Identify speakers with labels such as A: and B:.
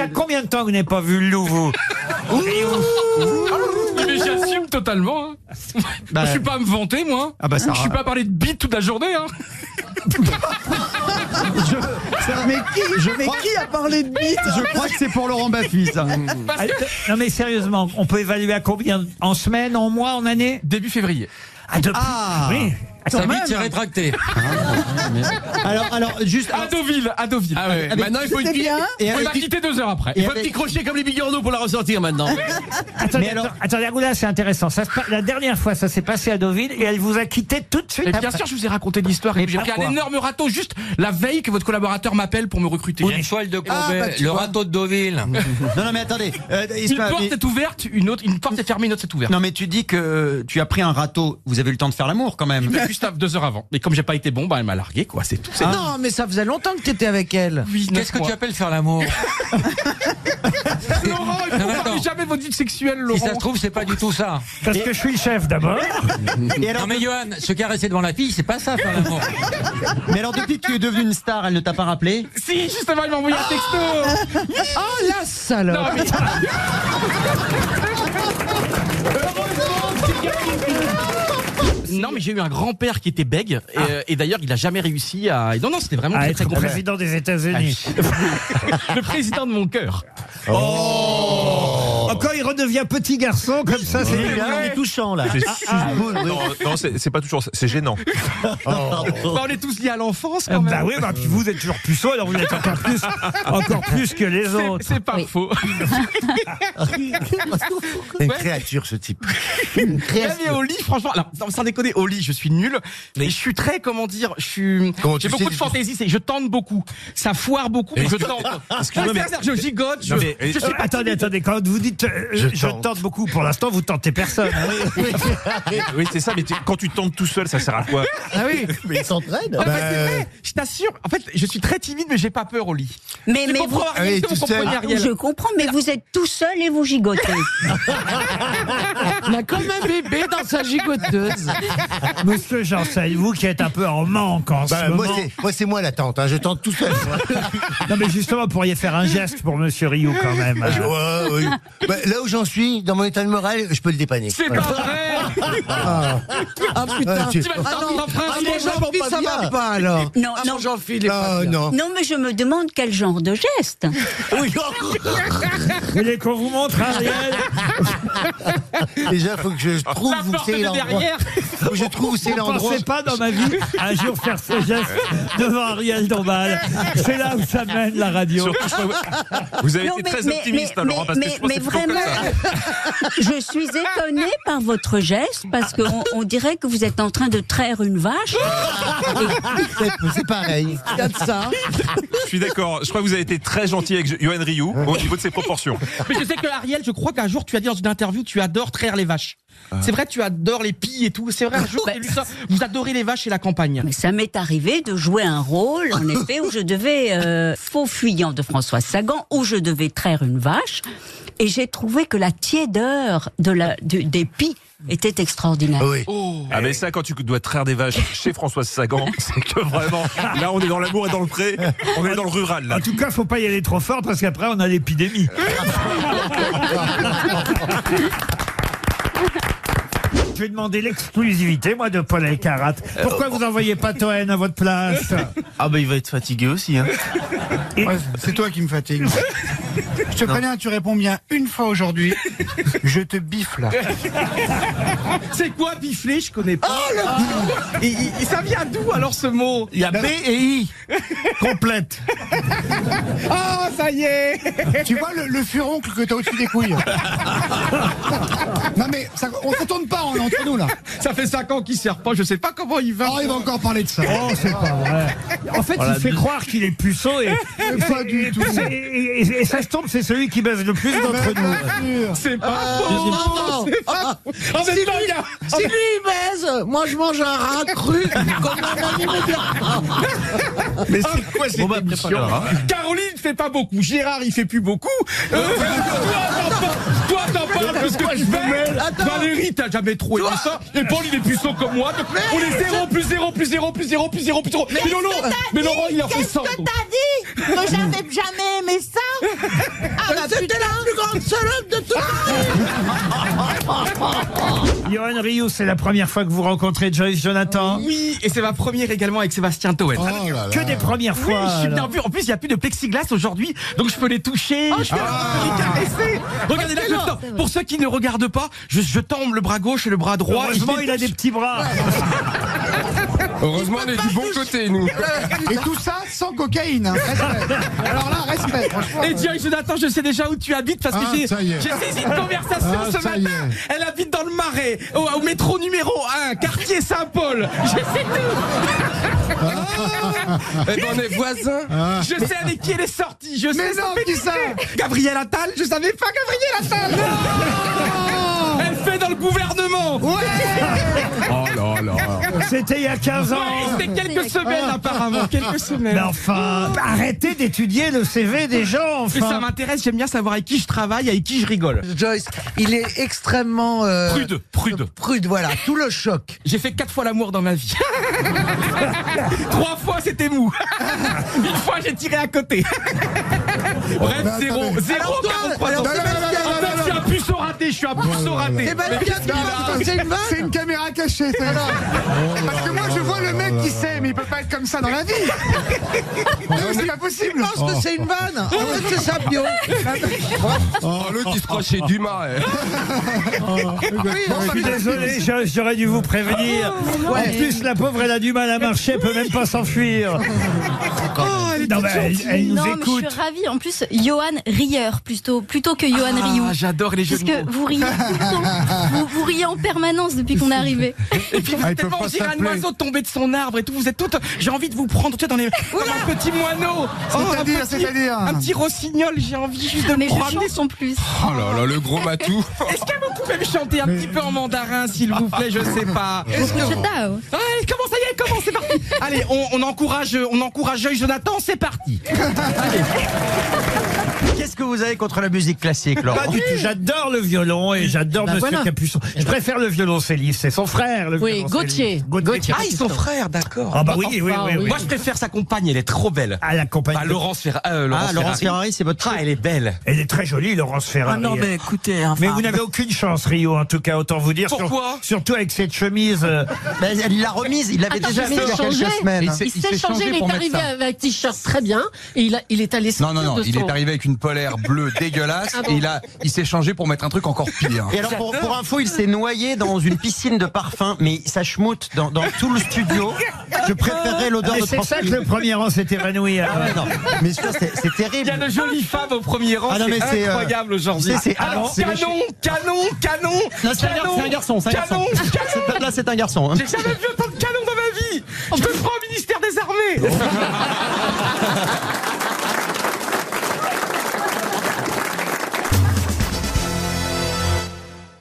A: a combien de temps que vous n'avez pas vu le loup, vous
B: Mais j'assume totalement. hein. je suis pas à me vanter, moi.
C: Ah bah, ça-
B: je suis pas à parler de bite toute la journée. Hein.
D: Mais qui, mais qui a parlé de bite
C: Je crois que c'est pour Laurent Baffy, ça.
A: Ah, Non, mais sérieusement, on peut évaluer à combien En semaine, en mois, en année
B: Début février.
A: Ah, de-
C: Ah.
A: oui.
E: Sa
A: Attends,
E: bite est rétractée.
C: Alors, alors, juste.
B: À Deauville, à Deauville. Ah ouais.
E: Maintenant, il faut une
D: C'était
E: petite-
D: bien
C: Et
B: Il
C: avec-
B: m'a quitté deux heures après.
E: il faut un petit crochet comme les bigorneaux pour la ressortir maintenant.
A: attendez,
C: Mais alors-
A: attends- attendez, Agoula, c'est intéressant. Ça se pa- la dernière fois, ça s'est passé à Deauville et elle vous a quitté tout de suite.
B: Et Eh bien
A: après.
B: sûr, je vous ai raconté l'histoire. et J'ai pris un énorme râteau juste la veille que votre collaborateur m'appelle pour me recruter.
E: Une toile de Courbet,
C: Ah, bah, tu
E: le
C: vois.
E: râteau de Deauville.
C: Non, non, mais attendez. euh,
B: Une
C: Isma,
B: porte
C: mais-
B: est ouverte, une autre, une porte est fermée, une autre est ouverte.
C: Non, mais tu dis que tu as pris un râteau. Vous avez eu le temps de faire l'amour quand même.
B: Juste à deux heures avant. Mais comme j'ai pas été bon, bah elle m'a largué, quoi. C'est tout. C'est
D: Non, mais ça faisait longtemps que t'étais avec elle.
B: Oui, neuf
E: Qu'est-ce que
B: mois.
E: tu appelles faire l'amour
B: Laurent, Oh, il
E: Non,
B: faut
E: mais
B: parler
E: attends.
B: jamais de votre vie sexuelle,
E: Si
B: Laurent.
E: ça se trouve, c'est pas du tout ça.
A: Parce que je suis le chef d'abord.
C: Et alors,
E: Non mais Johan, se caresser devant la fille, c'est pas ça faire l'amour.
C: mais alors, depuis que tu es devenu une star, elle ne t'a pas rappelé
B: Si, justement, il m'a envoyé un
A: Ah,
B: texto.
D: Oh la salope
B: Non, mais- Non, mais j'ai eu un grand-père qui était bègue, et, euh, et d'ailleurs, il a jamais réussi à. et Non, non, c'était vraiment
A: À
B: très,
A: Ah,
B: Ah,
A: être
B: très complexe.
A: président des États-Unis.
B: Le président de mon cœur.
A: Encore, il redevient petit garçon, comme ça, c'est
D: Là, on Ah, est touchant, là.
F: C'est- Non, non, c'est c'est pas toujours ça, c'est gênant.
B: Bah, on est tous liés à l'enfance,
A: Ah
B: quand même.
A: Bah oui, bah, puis vous êtes toujours puceau, alors vous êtes encore plus, encore plus que les
B: C'est-
G: Oh,
A: autres.
B: C'est pas faux.
H: C'est une créature, ce type.
B: Même et au lit, franchement, alors, non, sans déconner, au lit, je suis nul. Mais je suis très, comment dire, je suis.
H: Comment
B: J'ai
H: tu
B: beaucoup
H: sais-
B: de fantaisie, c'est je tente beaucoup. Ça foire beaucoup, mais je tente.
F: excuse-moi, mais-
B: Ouais, c'est-à-dire, je gigote, je.
F: Non, mais-
B: je
A: Euh,
B: suis pas
A: attendez, attendez, quand vous dites euh, je,
H: Je
A: tente.
H: tente.
A: beaucoup, pour l'instant vous tentez personne. hein.
F: Oui, c'est ça, mais tu- quand tu tentes tout seul, ça sert à quoi
B: Ah oui.
H: Mais il s'entraîne.
B: Ah, bah, c'est vrai, je t'assure. En fait, je suis très timide, mais j'ai pas peur au lit.
G: Mais,
B: Tu
G: mais vous,
B: comprends Ariel,
H: Oui,
B: est-ce que
H: tu
B: vous
H: sais.
B: comprenez,
H: Ah,
B: Ariel
G: je comprends, mais vous êtes tout seul et vous gigotez.
F: Ah,
D: On a comme un bébé dans sa gigoteuse.
A: Monsieur Janssen, vous qui êtes un peu en manque en
H: Bah,
A: ce
H: moi,
A: moment.
H: c'est- moi, c'est moi la tante. hein, Je tente tout seul. moi.
A: Non mais justement, vous pourriez faire un geste pour Monsieur Rioux quand même.
H: Ah, Je- ouais, ouais. Bah, là où j'en suis, dans mon état de morale, je peux le dépanner.
B: C'est pas vrai
D: Ah putain.
H: Ah, tu-
B: Tu vas me
D: Ah
B: sortir
D: non,
B: un
D: ah,
B: prince,
D: mon
B: les gens vont
D: Jean-Philippe,
B: pas
D: ça
B: bien.
D: va pas alors.
G: Non,
D: Ah,
G: non.
D: mon Jean-Philippe, il est pas
H: Ah,
D: bien.
H: non.
G: Non, mais je me demande quel genre de geste.
A: Vous voulez qu'on vous montre Ariel
H: Déjà, faut que
D: Ah,
H: je trouve
B: La
H: où
B: porte
H: c'est
B: de
H: l'endroit.
B: derrière.
H: Faut que je trouve où c'est
A: Je
H: l'endroit.
A: pensais pas dans ma vie un jour faire ce geste devant Ariel Dombal. C'est là où ça mène la radio.
F: Surtout, je crois- Vous avez
G: Non,
F: été
G: mais-
F: très
G: mais-
F: optimiste, hein,
G: mais-
F: Laurent, parce que
G: mais-
F: je pense
G: mais
F: que c'est plutôt
G: vraiment-
F: comme ça.
G: Je suis étonnée par votre geste parce qu'on on dirait que vous êtes en train de traire une vache.
H: C'est- C'est pareil.
D: Il y a de ça.
F: Je suis d'accord. Je crois que vous avez été très gentil avec Johan Rioux au niveau de ses proportions.
B: Mais je sais que Ariel, je crois qu'un jour tu as dit dans une interview, tu adores traire les vaches. C'est vrai, tu adores les pies et tout. C'est vrai, un jour j'ai lu ça. Vous adorez les vaches et la campagne.
G: Mais ça m'est arrivé de jouer un rôle, en effet, où je devais euh, faux fuyant de François Sagan, où je devais traire une vache, et j'ai trouvé que la tiédeur de la du- des pies était extraordinaire.
H: Oui.
F: Ah, mais ça, quand tu dois traire des vaches chez Françoise Sagan, c'est que vraiment, là, on est dans l'amour et dans le pré, on est dans le rural, là.
A: En tout cas, faut pas y aller trop fort parce qu'après on a l'épidémie. Je vais demander l'exclusivité, moi, de Paul Elkarat. Pourquoi vous n'envoyez pas Toen à votre place
I: Ah bah il va être fatigué aussi. Hein.
D: Ouais, c'est toi qui me fatigue. Je te connais, tu réponds bien une fois aujourd'hui. Je te biffe là.
B: C'est quoi bifler Je connais pas. Ah. et, et- et ça vient d'où alors ce mot
I: Il y a B et I. Complète.
B: Oh, ça y est
D: Tu vois le, le furoncle que t'as au-dessus des couilles Non mais ça, on se tourne pas, on est entre nous là.
B: Ça fait 5 ans qu'il sert pas, je sais pas comment il va.
D: Oh, il va encore parler de ça.
A: Oh, c'est pas vrai. En fait, il fait croire qu'il est puceau et,
D: Pas du tout.
A: et, et- et ça se tombe, c'est celui qui baisse le plus d'entre nous.
B: C'est Ah. pas faux C'est pas faux. En même temps, il y a-
D: Si lui il baise, moi je mange un rat cru comme un
I: Mais c'est quoi
C: bah,
I: cette émission
B: Caroline fait pas beaucoup, Gérard il fait plus beaucoup. Euh, toi, t'en fais- toi, t'en fais parle de ce que tu fais. Valérie, t'as jamais trop aimé ça. Et Paul, il est puissant comme moi. Donc, on est 0 plus 0 plus 0 plus 0 plus 0 plus 0. Mais, non, non, mais Laurent, il a fait ça. donc.
J: dit que j'avais jamais aimé ça Ah bah putain
B: Ah,
A: Johan Rioux, c'est la première fois que vous rencontrez Joyce Jonathan.
B: Oui, et c'est ma première également avec Sébastien Toen.
H: Oh
A: Que des premières
B: Oui,
A: fois.
B: je suis bien
A: alors.
B: vu. En plus, il n'y a plus de plexiglas aujourd'hui, donc je peux les toucher. Oh, je peux les caresser. Regardez là, je le tends. Pour ceux qui ne regardent pas, je, je tombe le bras gauche et le bras droit.
A: Heureusement, il a des petits bras.
F: Heureusement, on est du bon côté, nous.
E: Eh
D: Et tout ça sans cocaïne. hein. Respect. Alors là, respect. Franchement,
B: Et Dieu, Jonathan, je sais déjà où tu habites parce que
I: Ah,
B: j'ai
I: ça y est.
B: j'ai saisi une conversation
I: Ah,
B: ce
I: ça y
B: matin. Elle habite dans le Marais, au, au métro numéro 1, quartier Saint-Paul. Je sais tout.
F: Eh ben, on est voisins.
I: Ah.
B: Je sais avec qui elle est sortie. Je
D: Mais
B: sais
D: non,
B: fait
D: qui
B: du
D: ça
B: bien. Gabriel Attal, je savais pas Gabriel Attal. Elle fait dans le gouvernement.
F: Oh là là.
A: C'était il y a 15 ans.
B: C'était quelques
I: Ah.
B: semaines apparemment, quelques semaines.
A: Mais enfin, arrêtez d'étudier le CV des gens,
B: Mais ça
A: enfin.
B: m'intéresse, j'aime bien savoir avec qui je travaille, avec qui je rigole.
K: Joyce, il est extrêmement euh,
F: Prude, prude.
K: prude, voilà, tout le choc.
B: J'ai fait quatre fois l'amour dans ma vie. Trois fois c'était mou. Une fois j'ai tiré à côté. Bref, zéro, zéro,
K: Alors, toi,
B: 43
K: alors,
B: ans.
K: Sébastien,
B: En fait, je suis un puceau raté, je suis un puceau raté. Eh ben,
K: Sébastien,
D: putain,
K: c'est une
D: C'est
K: vanne
D: une caméra cachée, c'est Parce que moi, je vois le mec qui sait, mais il peut pas être comme ça dans la vie. Non, mais C'est pas
K: Je
D: possible.
K: pense que c'est une vanne En fait, c'est sa bio
F: Oh, l'autre, il se croit chez Dumas. eh.
A: Je suis désolé, j'a- j'aurais dû vous prévenir.
B: Oh,
A: En plus, la pauvre, elle a du mal à marcher, elle peut même pas s'enfuir. Non, mais elle, elle nous
J: Non, mais je
A: écoute.
J: suis ravie. En plus, Johan Rieur, plutôt, plutôt que Johan
B: Ah,
J: Rioux.
B: J'adore les jeux
J: Parce
B: de
J: que
B: mots.
J: vous riez tout le temps. Vous, vous riez en permanence depuis qu'on est arrivé.
B: Et puis vous
D: Ah,
B: êtes
D: ils peuvent
B: tellement, on
D: pas
B: dirait un
D: s'appeler.
B: oiseau tombé de son arbre et tout. Vous êtes toutes. J'ai envie de vous prendre, tu sais, dans les. Comme un petit moineau. Oh, un
D: C'est-à-dire,
B: petit-
D: c'est-à-dire.
B: Un petit rossignol, j'ai envie juste de
J: Mais
B: me
J: je
B: promener.
J: chante en plus.
F: Oh là là, le gros matou.
B: Est-ce que vous pouvez me chanter un petit peu en mandarin, s'il vous plaît Je sais pas.
J: Je dao.
B: Allez, comment ça y est, comment c'est parti Allez, on, on encourage, euh, on encourage Joy Jonathan, c'est parti.
C: Qu'est-ce que vous avez contre la musique classique,
A: Pas
C: Laurent
A: du tout. J'adore le violon et j'adore
K: Oh. Bah
A: Monsieur
K: voilà.
A: Capuçon. Je préfère le violoncelliste, c'est son frère, le
K: Oui,
A: violoncelliste.
K: Gauthier.
A: Gauthier.
B: Ah, ils sont frères, d'accord.
A: Ah, bah oui, oui, oui, oui.
B: Moi, je préfère sa compagne, elle est trop belle.
A: À la compagne.
B: Ah,
A: de-
B: Laurence, Ferra- euh, Laurence
C: Ah, Laurence
B: Ferrari.
C: Ferrari, c'est votre
B: Ah, elle est belle.
A: Elle est très jolie, Laurence
B: Ah,
A: Ferrari.
K: écoutez,
A: Mais vous n'avez aucune chance, Rio, en tout cas, autant vous dire. Sur-
B: Pourquoi
A: Surtout avec cette chemise. euh,
C: Ben, Elle l'a remise, il l'avait
J: Attends,
C: déjà
J: je
C: fait
J: vais
C: il y a
J: changer.
C: quelques semaines.
I: s'est-
J: Il s'est changé, il
I: pour
J: est
I: mettre
J: arrivé
I: ça.
J: avec un t-shirt très bien. Et il, a- il est allé
I: Non, non,
J: sortir
I: non,
J: de
I: il
J: son-
I: est arrivé avec une polaire bleue dégueulasse
J: Ah bon
I: et il, a, il s'est changé pour mettre un truc encore pire.
C: Et alors, pour, pour info, il s'est noyé dans une piscine de parfum, mais ça schmoute dans, dans tout le studio. Je préférais l'odeur
A: Mais
C: de
A: c'est ça que
C: transfuge.
A: le premier rang s'est évanoui. alors.
C: Ah ouais, non. Mais ça, c'est c'est
B: Il y a
C: terrible.
B: de jolies femmes au premier rang,
C: Ah non, mais
B: c'est
C: c'est, euh,
B: incroyable aujourd'hui.
C: c'est- c'est-
B: Alors,
C: ah, c'est-
B: canon, canon, canon,
C: Non, c'est un gar-
B: canon,
C: c'est un garçon, c'est un garçon.
B: canon, canon.
C: C'est- Là, c'est un garçon. hein.
B: J'ai jamais vu autant de canons dans ma vie. Je te prends au ministère des Armées.